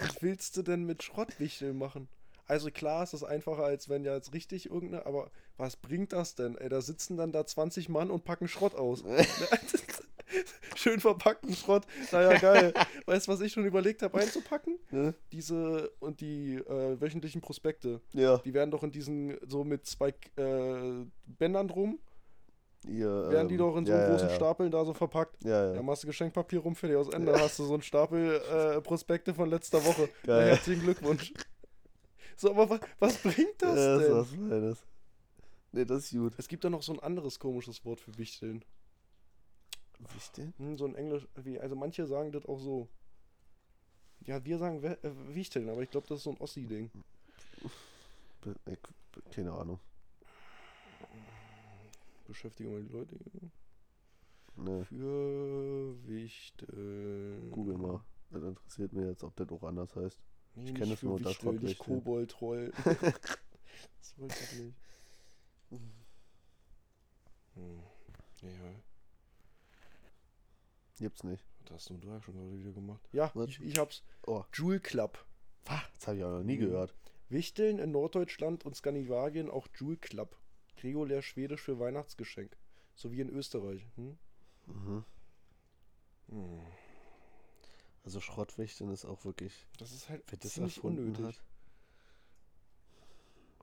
Was willst du denn mit Schrottwichteln machen? Also klar, es ist einfacher, als wenn ja jetzt richtig irgendeine, aber was bringt das denn? Ey, da sitzen dann da 20 Mann und packen Schrott aus. Schön verpackten Schrott. Naja, geil. Weißt du, was ich schon überlegt habe, einzupacken?
Ne?
Diese und die äh, wöchentlichen Prospekte.
Ja.
Die werden doch in diesen, so mit zwei äh, Bändern drum,
Hier,
werden die
ähm,
doch in so
ja,
einem
ja,
großen
ja.
Stapeln da so verpackt.
Ja,
Da
ja.
machst du Geschenkpapier rum für die aus Ende. Hast du so einen Stapel äh, Prospekte von letzter Woche. Na,
Geil.
herzlichen Glückwunsch. So, aber was, was bringt das
Ja, ist
denn?
was Feines. Ne, das ist gut.
Es gibt da noch so ein anderes komisches Wort für Wichteln.
Wichteln?
Hm, so ein Englisch, wie, also manche sagen das auch so. Ja, wir sagen We äh, Wichteln, aber ich glaube, das ist so ein Ossi-Ding.
Be- äh, k- be- Keine Ahnung.
Beschäftige mal die Leute.
Ne,
Für Wichteln.
google mal. Das interessiert mich jetzt, ob das auch anders heißt.
Nee,
Ich kenn
nicht
das nur
für
unter
Wichtel, nicht
Schrottwichteln.
Kobold-Troll. das wollte ich nicht. Hm. Ja,
Gibt's nicht.
das hast du da schon gerade wieder gemacht. Ja,
Was?
ich, ich hab's.
Oh,
Jule Club.
was? Das habe ich auch noch nie
Mhm.
gehört.
Wichteln in Norddeutschland und Skandinavien auch Jule Club. Regulär schwedisch für Weihnachtsgeschenk. So wie in Österreich. Hm?
Mhm.
Hm.
Also Schrottwichteln ist auch wirklich,
Das ist halt
wer das
ziemlich
erfunden
unnötig.
hat.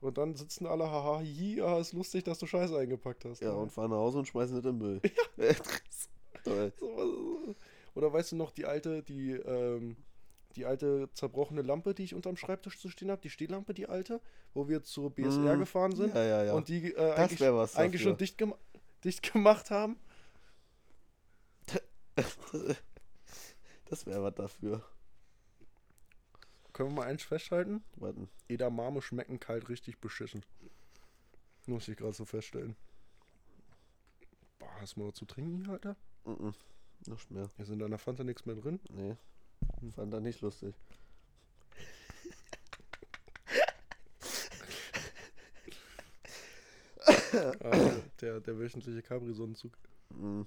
Und dann sitzen alle, haha, hihi, ah, ist lustig, dass du Scheiße eingepackt hast.
Ja,
Ne?
und fahren nach Hause und schmeißen das in den Müll. Toll.
So was- Oder weißt du noch, die alte, die, ähm, die alte zerbrochene Lampe, die ich unterm Schreibtisch zu stehen habe, die Stehlampe, die alte, wo wir zur BSR
Mm,
gefahren sind
Ja, ja, ja.
und die äh,
Das
eigentlich,
wär was
eigentlich schon
dafür.
dicht, gem dicht gemacht haben?
Das wäre was dafür.
Können wir mal eins festhalten?
Warten.
Edamame schmecken kalt richtig beschissen. Muss ich gerade so feststellen. Boah, hast du mal was zu trinken hier, Alter?
Mm-mm. Noch mehr.
Hier sind in deiner Fanta nichts mehr drin.
Nee.
Hm.
Fand er nicht lustig.
Ah, der, der wöchentliche Capri-Sonnenzug.
Mhm.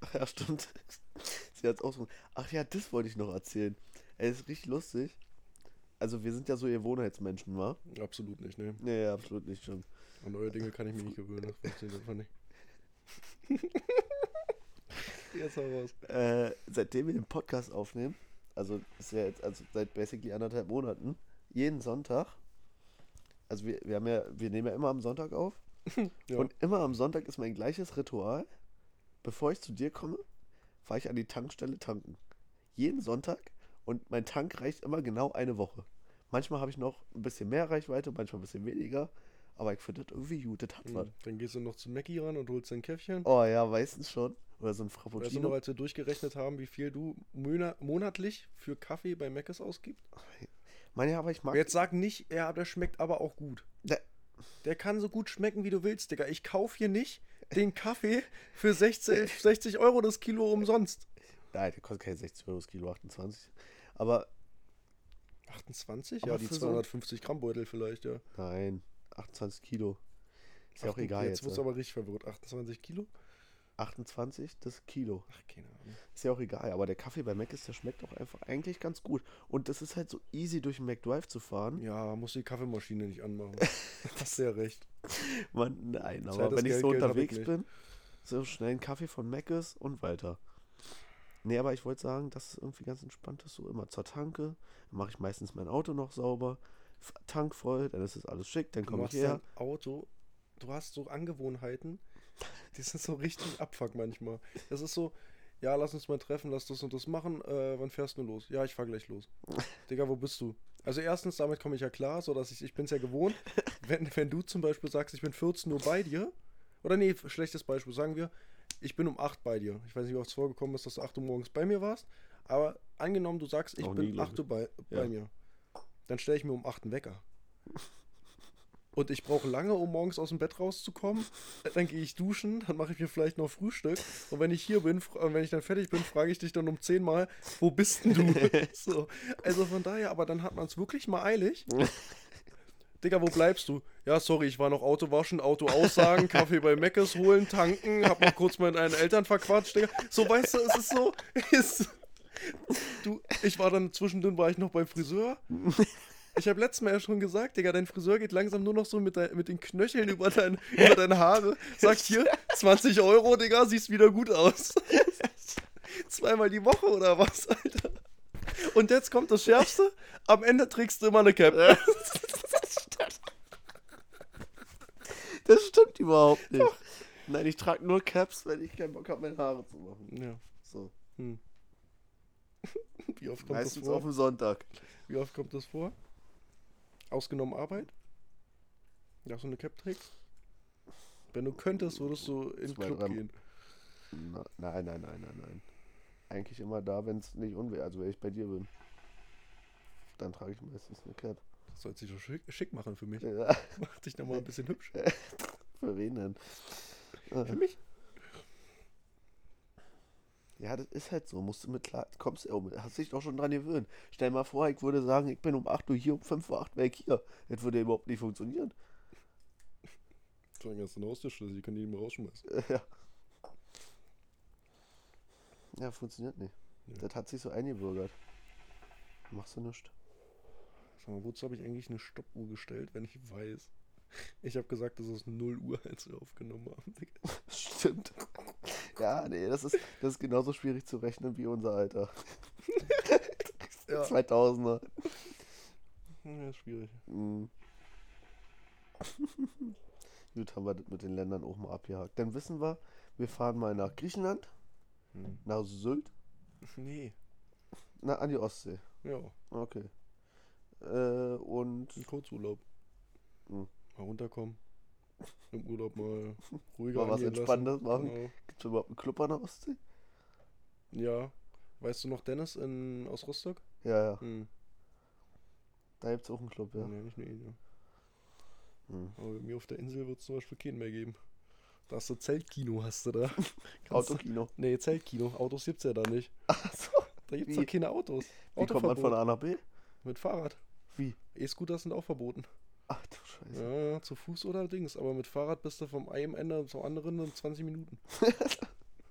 Ach ja, stimmt. Sie hat's auch so. Ach ja, das wollte ich noch erzählen. Ey, das ist richtig lustig. Also wir sind ja so ihr Wohnheitsmenschen, wa?
Absolut nicht, ne?
Nee, ja, absolut nicht schon.
An neue Dinge kann ich mich nicht gewöhnen. Das funktioniert einfach nicht. Jetzt hau raus.
Äh, seitdem wir den Podcast aufnehmen, also ist ja jetzt, also seit basically anderthalb Monaten, jeden Sonntag. Also wir, wir haben ja, wir nehmen ja immer am Sonntag auf.
Ja.
Und immer am Sonntag ist mein gleiches Ritual. Bevor ich zu dir komme, fahre ich an die Tankstelle tanken. Jeden Sonntag und mein Tank reicht immer genau eine Woche. Manchmal habe ich noch ein bisschen mehr Reichweite, manchmal ein bisschen weniger. Aber ich finde das irgendwie gut, das hat was.
Hm, Dann gehst du noch zu Mackie ran und holst dein Käffchen.
Oh ja, meistens schon. Oder so ein
Weißt du noch,
Frappuccino.
als wir durchgerechnet haben, wie viel du mona- monatlich für Kaffee bei Mc's ausgibst?
Meine, aber ich mag.
Jetzt sag nicht, ja, der schmeckt aber auch gut.
Da-
Der kann so gut schmecken, wie du willst, Digga. Ich kauf hier nicht den Kaffee für 60, 60 Euro das Kilo umsonst.
Nein, der kostet keine 60 Euro das Kilo, 28. Aber
28?
Aber
ja, die
für so-
250 Gramm Beutel vielleicht, ja.
nein, 28 Kilo. Ist ja
Ach
auch
du,
egal
Jetzt
jetzt.
wirst
ne?
du aber richtig verwirrt. 28 Kilo?
28, das Kilo.
Ach, keine Ahnung.
Ist ja auch egal, aber der Kaffee bei Mac ist, der schmeckt auch einfach eigentlich ganz gut. Und das ist halt so easy durch den McDrive zu fahren.
Ja, musst die Kaffeemaschine nicht anmachen. Hast sehr recht.
Man, nein,
Zeit
aber
ist
wenn ich
Geld,
so
Geld hab ich
unterwegs
nicht.
bin, so schnell einen Kaffee von Mac ist und weiter. Nee, aber ich wollte sagen, das ist irgendwie ganz entspannt, ist so immer zur Tanke. Dann mache ich meistens mein Auto noch sauber, f- Tank voll, dann ist es alles schick, dann
Du
komme ich
machst
her.
dein Auto, du hast so Angewohnheiten, die sind so richtig Abfuck manchmal. Das ist so, ja, lass uns mal treffen, lass das und das machen. Äh, wann fährst du los? Ja, ich fahr gleich los. Digga, wo bist du? Also erstens, damit komme ich ja klar, so dass ich, ich bin's ja gewohnt. Wenn, wenn du zum Beispiel sagst, ich bin 14 Uhr bei dir, oder nee, schlechtes Beispiel, sagen wir, ich bin um 8 bei dir. Ich weiß nicht, wie oft es vorgekommen ist, dass du 8 Uhr morgens bei mir warst, aber angenommen, du sagst, ich
Noch nie,
bin
glaub
8 Uhr bei, bei
Ja.
mir, dann stelle ich mir um 8 einen Wecker. Und ich brauche lange, um morgens aus dem Bett rauszukommen. Dann gehe ich duschen, dann mache ich mir vielleicht noch Frühstück. Und wenn ich hier bin, fra- und wenn ich dann fertig bin, frage ich dich dann um 10 Mal, wo bist denn du? so. Also von daher, aber dann hat man es wirklich mal eilig. Digga, wo bleibst du? Ja, sorry, ich war noch Auto waschen, Auto aussagen, Kaffee bei Meckes holen, tanken, hab noch kurz mit meinen Eltern verquatscht, Digga. So, weißt du, es ist so. Es, du, ich war dann zwischendrin, war ich noch beim Friseur. Ich habe letztes Mal ja schon gesagt, Digga, dein Friseur geht langsam nur noch so mit, dein, mit den Knöcheln über, dein, über deine Haare. Sagt hier, 20 Euro, Digga, siehst wieder gut aus. Zweimal die Woche oder was, Alter? Und jetzt kommt das Schärfste. Am Ende trägst du immer eine Cap.
Das stimmt überhaupt nicht. Nein, ich trage nur Caps, wenn ich keinen Bock habe, meine Haare zu machen.
Ja.
So.
Hm. Wie oft kommt das
Meistens
vor?
auf dem Sonntag.
Wie oft kommt das vor? Ausgenommen Arbeit? Dass du eine Cap trägst? Wenn du könntest, würdest du in den
Zwei,
Club
drei-
gehen.
Na, nein, nein, nein, nein, nein. Eigentlich immer da, wenn es nicht unwär, also wenn ich bei dir bin. Dann trage ich meistens eine Cap.
Das soll sich doch schick, schick machen für mich.
Ja,
Mach dich nochmal ein bisschen hübsch.
für wen denn?
Für mich?
Ja, das ist halt so. Musst du mit klar, kommst du auch mit, hast dich doch schon dran gewöhnt. Stell mal vor, ich würde sagen, ich bin um 8 Uhr hier, um 5 Uhr 8 wäre ich hier. Das würde ja überhaupt nicht funktionieren.
So ein ganzen Haustürschlüssel, die können die immer rausschmeißen.
Ja. Ja, funktioniert nicht.
Ja.
Das hat sich so eingebürgert. Machst du nichts.
Sag mal, wozu habe ich eigentlich eine Stoppuhr gestellt, wenn ich weiß? Ich habe gesagt, es ist 0 Uhr, als wir aufgenommen haben. Digga.
Stimmt. Ja, nee, das ist, das ist genauso schwierig zu rechnen wie unser Alter.
Ja.
2000er.
Ja, ist schwierig.
Mhm. Gut, haben wir das mit den Ländern auch mal abgehakt. Dann wissen wir, wir fahren mal nach Griechenland,
Hm.
nach Sylt,
Nee.
na, an die Ostsee.
Ja,
Okay. Äh, und
ein Kurzurlaub.
Hm.
Mal runterkommen. Im Urlaub mal ruhiger
mal was
angehen lassen.
Entspannendes machen.
Genau.
Gibt es überhaupt einen Club an der Ostsee?
Ja, Weißt du noch Dennis in, aus Rostock?
Ja, ja.
Hm.
Da gibt's auch einen Club, ja.
Ja, nicht nur ihn, ja.
Hm.
Aber bei mir auf der Insel wird es zum Beispiel keinen mehr geben. Da hast du Zeltkino, hast du da. Kannst du-
Autokino.
Nee, Zeltkino. Autos gibt's ja da nicht.
Achso.
Da gibt's
Wie?
doch keine Autos.
Wie kommt man
Autoverbot.
von A nach B?
Mit Fahrrad.
Wie?
E-Scooter sind auch verboten.
Ach du Scheiße.
Ja, ja, zu Fuß oder Dings. Aber mit Fahrrad bist du vom einen Ende zum anderen in 20 Minuten.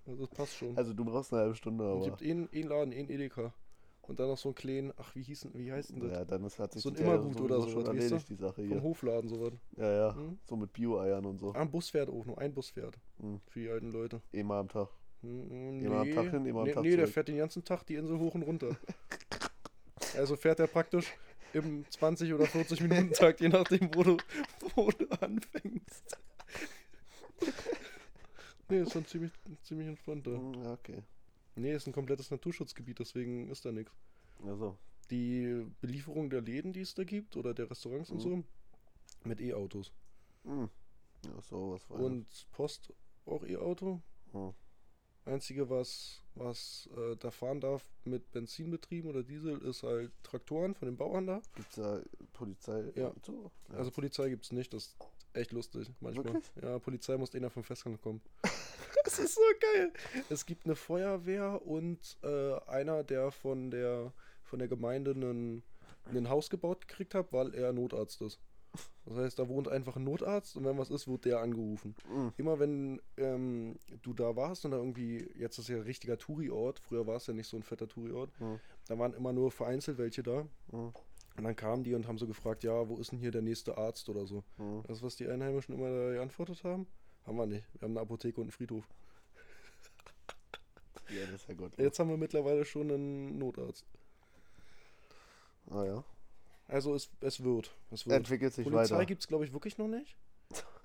Also das passt schon.
Also du brauchst eine halbe Stunde,
Es
aber.
gibt einen, einen Laden, einen Edeka. Und dann noch so einen kleinen, ach, wie, hießen, wie heißt denn das?
Ja, dann ist, hat sich
So ein
das ja
Immergut oder
sowieso
sowas,
schon
weißt du?
erledigt, die Sache
Vom
hier.
Hofladen, sowas.
Ja, ja.
Hm?
So mit Bio-Eiern und so.
Ah, ein Bus fährt auch nur. Ein Bus fährt.
Hm.
Für die alten Leute.
Immer am Tag.
Hm,
Immer am
nee.
Tag hin, immer am
nee,
Tag
Nee, der
zurück.
fährt den ganzen Tag die Insel hoch und runter. Also fährt er praktisch im 20- oder 40-Minuten-Takt, je nachdem, wo du, wo du anfängst. Nee, ist schon ziemlich, ziemlich entspannt da.
Hm, Ja, okay.
Nee, ist ein komplettes Naturschutzgebiet, deswegen ist da nichts.
Also.
Die Belieferung der Läden, die es da gibt, oder der Restaurants und so, mit E-Autos.
Hm. Ja, so was war
Und Post auch E-Auto.
Hm.
Einzige, was, was äh, da fahren darf mit Benzin betrieben oder Diesel, ist halt Traktoren von den Bauern da.
Gibt's da Polizei
Ja.
und so? Ja.
Also Polizei gibt's nicht, das ist echt lustig manchmal.
Wirklich?
Ja, Polizei muss einer vom Festgang kommen. das ist so geil. Es gibt eine Feuerwehr und äh, einer, der von der von der Gemeinde einen, einen Haus gebaut gekriegt hat, weil er Notarzt ist. Das heißt, da wohnt einfach ein Notarzt und wenn was ist, wird der angerufen.
Hm.
Immer wenn ähm, du da warst und da irgendwie, jetzt ist ja ein richtiger Touri-Ort, früher war es ja nicht so ein fetter Touri-Ort,
Hm.
da waren immer nur vereinzelt welche da.
Hm.
Und dann kamen die und haben so gefragt, ja, wo ist denn hier der nächste Arzt oder so.
Hm.
Das, was die Einheimischen immer da geantwortet haben, haben wir nicht. Wir haben eine Apotheke und einen Friedhof.
Ja, das ist ja gut.
Jetzt haben wir mittlerweile schon einen Notarzt.
Ah ja.
Also es, es wird. Es wird.
Entwickelt sich
Polizei
weiter.
gibt es, glaube ich, wirklich noch nicht.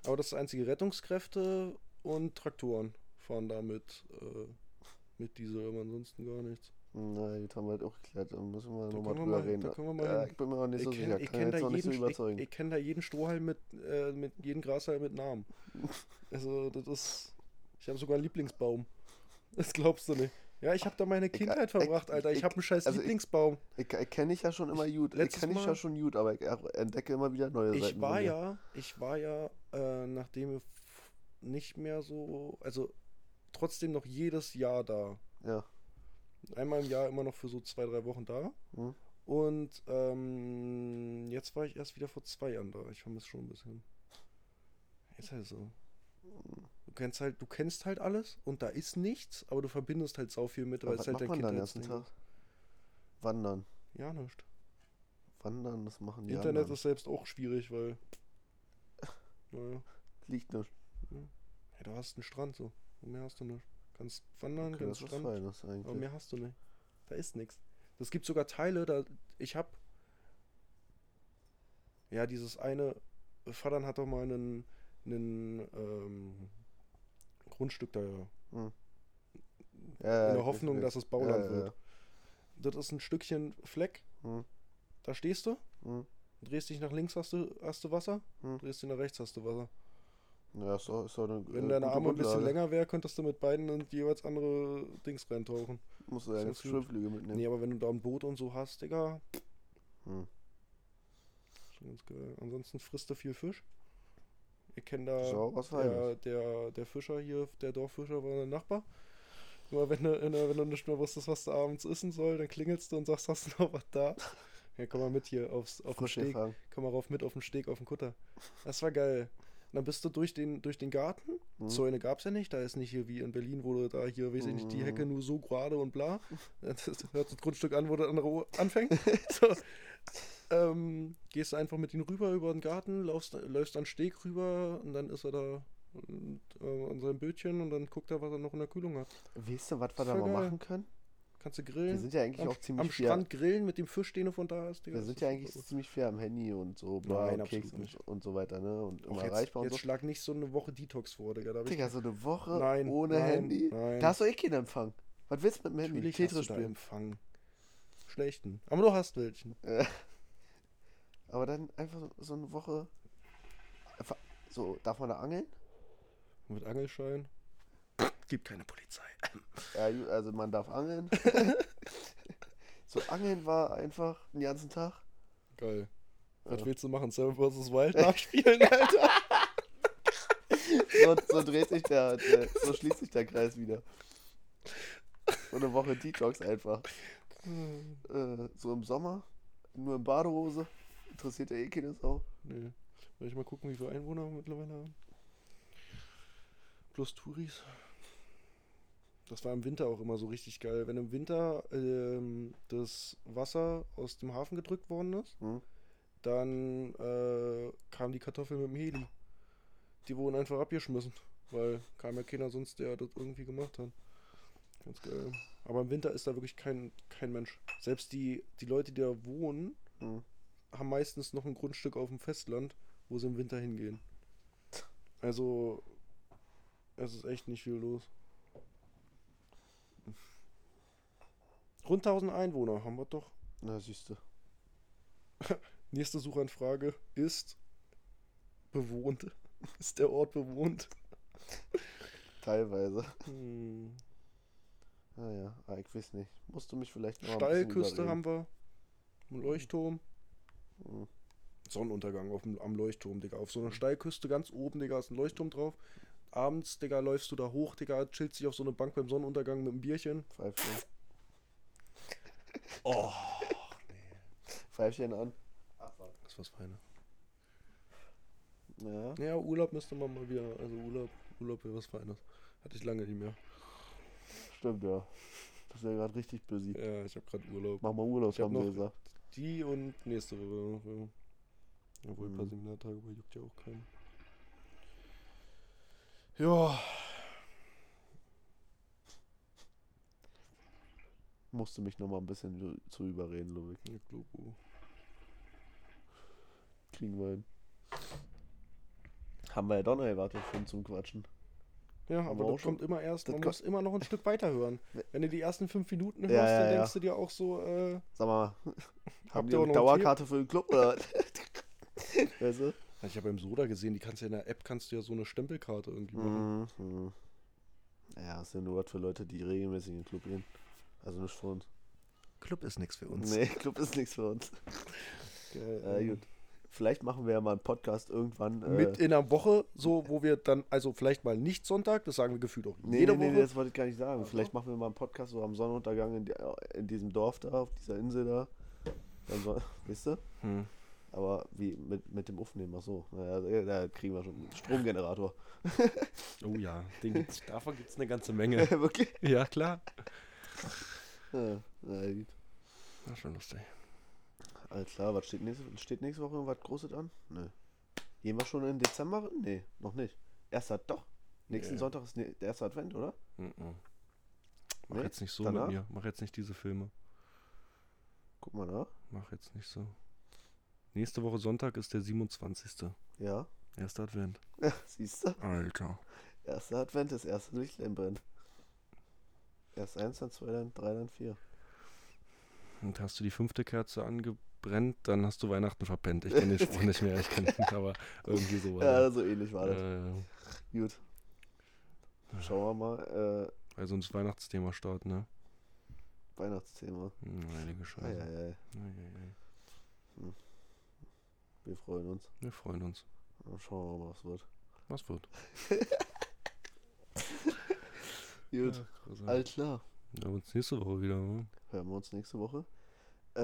Aber das ist das einzige. Rettungskräfte und Traktoren fahren da mit, äh, mit Diesel, aber ansonsten gar nichts.
Na, gut, haben wir halt auch geklärt. Dann müssen wir
Da
nochmal
können wir
drüber
mal-
reden.
da können wir mal
ja,
hin.
ich bin mir auch nicht
Ich
so
kenn-
sicher.
ich
Kann
kenn da
jetzt noch nicht so
jeden-
überzeugen.
Ich, ich kenne da jeden Strohhalm mit, äh, mit jeden Grashalm mit Namen. Also das ist. Ich habe sogar einen Lieblingsbaum. Das glaubst du nicht. Ja, ich habe da meine Kindheit
ich-
verbracht, Alter. Ich
ich-
habe einen scheiß
also ich-
Lieblingsbaum.
Ich, ich kenne dich ja schon immer gut. Ich
letztes
kenne dich
Mal-
ja schon gut, aber ich er- entdecke immer wieder neue
Ich,
Seiten. von
war
dir.
ja, ich war ja, äh, nachdem wir f- nicht mehr so, also trotzdem noch jedes Jahr da.
Ja.
Einmal im Jahr immer noch für so zwei, drei Wochen da.
Hm.
Und ähm, jetzt war ich erst wieder vor zwei Jahren da. Ich vermisse schon ein bisschen. Ist halt so. Du kennst halt, du kennst halt alles und da ist nichts, aber du verbindest halt sau viel mit,
Aber
weil
was
es halt
macht
dein
man dann den ganzen
Kindheitsding
Tag?
ist.
Wandern.
Ja, nicht.
Wandern, das machen die
Internet
anderen.
ist selbst auch schwierig, weil. Naja.
Liegt nicht.
Ja, du hast einen Strand so. Und mehr hast du nicht. Kannst wandern,
Okay, das
kannst
ist
Strand.
fein, das
Aber
eigentlich.
mehr hast du nicht. Da ist nichts. Es gibt sogar Teile, da ich hab. Ja, dieses eine. Vater hat doch mal einen, einen ähm, Grundstück da.
Hm.
in
Ja, ja, ich weiß
der Hoffnung,
nicht.
dass es Bauland
ja,
wird.
Ja.
Das ist ein Stückchen Fleck.
Hm.
Da stehst du,
Hm.
drehst dich nach links, hast du, hast du Wasser,
Hm.
drehst dich nach rechts, hast du Wasser.
Ja, ist doch, ist doch eine
Wenn
äh,
deine
gute
Arme ein bisschen
Grundlage.
länger wäre, könntest du mit beiden in jeweils andere Dings reintauchen.
Musst du
Ist
deine
ganz gut.
Schwimmflüge mitnehmen.
Nee, aber wenn du da ein Boot und so hast, Digga.
Hm.
Schon ganz geil. Ansonsten frisst er viel Fisch. Ihr kennt da
Ist doch auch was
der,
Feines.
der, der Fischer hier, der Dorffischer war der Nachbar. Immer wenn du, wenn du wenn du nicht mehr wusstest, was du abends essen soll, dann klingelst du und sagst, hast du noch was da? Ja, komm mal mit hier aufs, auf den
Frisch
Steg.
gefangen.
Komm mal rauf mit auf den Steg, auf den Kutter. Das war geil. Und dann bist du durch den, durch den Garten.
Hm.
Zäune gab's ja nicht. Da ist nicht hier wie in Berlin, wo du da hier, weiß ich nicht, die
Hm.
Hecke nur so gerade und bla. Das hört das Grundstück an, wo der andere Ohr anfängt. so. ähm, gehst du einfach mit ihm rüber über den Garten, laufst, läufst an den Steg rüber und dann ist er da und, äh, an seinem Bötchen und dann guckt er, was er noch in der Kühlung hat.
Weißt du, was
Ist
wir da
voll
mal
geil.
machen können?
Kannst du
Wir
grillen.
sind ja eigentlich
Am,
auch ziemlich
am
viel-
Strand grillen mit dem Fisch, den du von da hast. Digga.
Wir
Das
sind
ist
ja
super
eigentlich
gut.
ziemlich viel am Handy und so, bla,
Nein,
und
absolut
Keks
nicht.
und, und so weiter, ne? Und immer
Och, jetzt,
erreichbar und
jetzt
so.
schlag nicht so eine Woche Detox vor, Digga. Da hab ich
Digga, so eine Woche
Nein,
ohne
nein,
Handy.
nein.
Da hast du eh keinen Empfang. Was willst du mit dem Handy?
Natürlich hast du
Tetris
da
spielen.
Empfang. Schlechten. Aber du hast welchen.
Aber dann einfach so, so eine Woche. einfach- So, darf man da angeln?
Mit Angelschein. Gibt keine Polizei.
Ja, ju- also man darf angeln. so, angeln war einfach den ganzen Tag.
Geil. Was
Ja.
willst du machen? Seven vs. Wild nachspielen, Alter?
So, so dreht sich der, der, so schließt sich der Kreis wieder. So eine Woche Detox einfach. Äh, so im Sommer, nur in Badehose. Interessiert ja eh keine Sau.
nee. Will ich mal gucken, wie viele Einwohner wir mittlerweile haben? Plus Touris. Das war im Winter auch immer so richtig geil. Wenn im Winter ähm, das Wasser aus dem Hafen gedrückt worden ist,
Hm?
dann äh, kamen die Kartoffeln mit dem Heli. Die wurden einfach abgeschmissen, weil kam ja keiner sonst, der das irgendwie gemacht hat. Ganz geil. Aber im Winter ist da wirklich kein, kein Mensch. Selbst die, die Leute, die da wohnen,
Hm.
haben meistens noch ein Grundstück auf dem Festland, wo sie im Winter hingehen. Also, es ist echt nicht viel los. Rund 1000 Einwohner haben wir doch.
Na, siehste.
Nächste Suchanfrage ist bewohnt. Ist der Ort bewohnt?
Teilweise.
Hm.
Naja, ah, ich weiß nicht. Musst du mich vielleicht noch mal ein bisschen
Steilküste
überreden.
haben wir. Ein Leuchtturm.
Mhm.
Sonnenuntergang auf dem, am Leuchtturm, Digga. Auf so einer Steilküste ganz oben, Digga, ist ein Leuchtturm drauf. Abends, Digga, läufst du da hoch, Digga, chillst dich auf so eine Bank beim Sonnenuntergang mit einem Bierchen.
Pfeifchen.
Oh,
Pfeifchen an.
das ist was Feines.
Ja.
Ja, Urlaub müsste man mal wieder. Also Urlaub, Urlaub wäre was Feines. Hatte ich lange nicht mehr.
Stimmt, ja. Das ist ja gerade richtig busy.
Ja, ich habe gerade Urlaub.
Mach mal Urlaub,
Ich hab
haben
noch-
wir gesagt.
Die und nächste Woche noch, ja. Obwohl, ein paar
Mhm.
Seminartage aber juckt ja auch keinen. Ja,
Musst du mich noch mal ein bisschen lu- zu überreden, Ludwig.
ich glaube auch.
Kriegen wir hin. Haben wir ja doch noch erwartet von zum Quatschen.
Ja,
Haben wir
aber
auch
das kommt immer erst,
das
man
ko-
muss immer noch ein Stück weiter hören. Wenn du die ersten fünf Minuten hörst,
ja,
dann
ja.
denkst du dir auch so, äh,
Sag mal, haben
habt
die
ihr auch noch
eine
einen Tee?
Dauerkarte für den Club oder was? Weißt du?
Also ich habe beim Soda gesehen, die kannst ja in der App kannst du ja so eine Stempelkarte irgendwie machen.
Mhm. mhm. Ja, ist ja nur was für Leute, die regelmäßig in den Club gehen. Also nicht für uns.
Club ist nichts für
Nee, Club ist nichts für uns. Ja,
Geil.
gut. Vielleicht machen wir ja mal einen Podcast irgendwann. Äh,
Mhm. Mit in einer Woche, so wo wir dann, also vielleicht mal nicht Sonntag, das sagen wir gefühlt auch
nee,
jede
nee, nee,
Woche.
nee, das wollte ich gar nicht sagen. Vielleicht machen wir mal einen Podcast so am Sonnenuntergang in, die- in diesem Dorf da, auf dieser Insel da. Am Son- weißt du?
Hm.
Aber wie mit, mit dem Aufnehmen, ach so. Naja, da da kriegen wir schon einen Stromgenerator.
Oh ja, den gibt's, davon gibt es eine ganze Menge.
Wirklich?
ja, klar.
Ja, na gut.
Na, schon lustig.
Alles klar, was steht nächste, steht nächste Woche irgendwas Großes an? Nö. Gehen wir schon in Dezember? Nee, noch nicht. Erster, doch. Nächsten
Nee.
Sonntag ist ne- der erste Advent, oder?
Mhm. Mach
Nee,
jetzt nicht so
danach?
mit mir. Mach jetzt nicht diese Filme.
Guck mal nach.
Mach jetzt nicht so. Nächste Woche Sonntag ist der 27.
Ja.
Erster Advent.
Siehst du?
Alter.
Erster Advent, das erste Lichtlein brennt. Erst eins, dann zwei, dann drei, dann vier.
Und hast du die fünfte Kerze angebrennt, dann hast du Weihnachten verpennt. Ich kenne den Spruch nicht mehr, ich kenne ihn, aber irgendwie sowas.
Ja, so ähnlich war das.
äh,
Gut. Schauen wir mal.
also ins Weihnachtsthema starten, ne?
Äh, Weihnachtsthema.
Hm, Heilige
Ah,
Scheiße.
ja, ja, ja.
Eieiei.
Wir freuen uns.
Wir freuen uns.
Dann Schauen wir mal, was wird.
Was wird?
Gut.
Ja, großartig.
Alles klar.
Hören wir uns nächste Woche wieder. Ne?
Hören wir uns nächste Woche. Äh,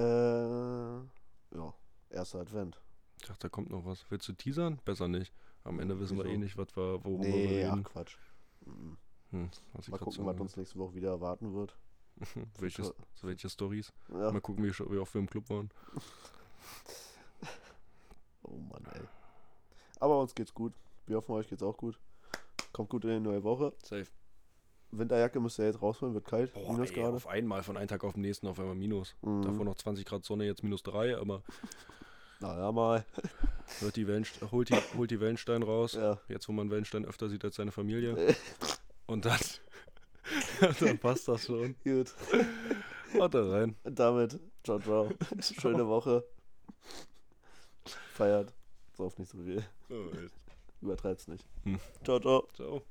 ja. Erster Advent.
Ich dachte, da kommt noch was. Willst du teasern? Besser nicht. Am Ende wissen wir
Wieso?
eh nicht, was wir, worüber
Nee,
wir
ach
reden.
Quatsch. Mhm.
Hm, was ich
Mal
grad
gucken,
so-
was uns nächste Woche wieder erwarten wird.
Welches, so welche Stories?
Ja.
Mal gucken, wie, wie oft wir im Club waren.
Oh Mann, ey. Aber uns geht's gut. Wir hoffen, euch geht's auch gut. Kommt gut in die neue Woche.
Safe.
Winterjacke müsst ihr jetzt rausholen, wird kalt.
Boah,
Minus
ey,
gerade.
auf einmal, von einem Tag auf den nächsten auf einmal Minus.
Mhm.
Davor noch 20 Grad Sonne, jetzt minus 3, aber
Na ja, mal.
hört die Wellenst holt, die, holt die Wellenstein raus.
Ja.
Jetzt, wo man Wellenstein öfter sieht als seine Familie. Und dann, dann passt das schon.
Gut.
Haut da rein.
Und damit, ciao, ciao. Schöne Woche. Feiert. Sauft nicht so viel.
So ist.
Übertreibt's nicht.
Hm.
Ciao, ciao.
Ciao.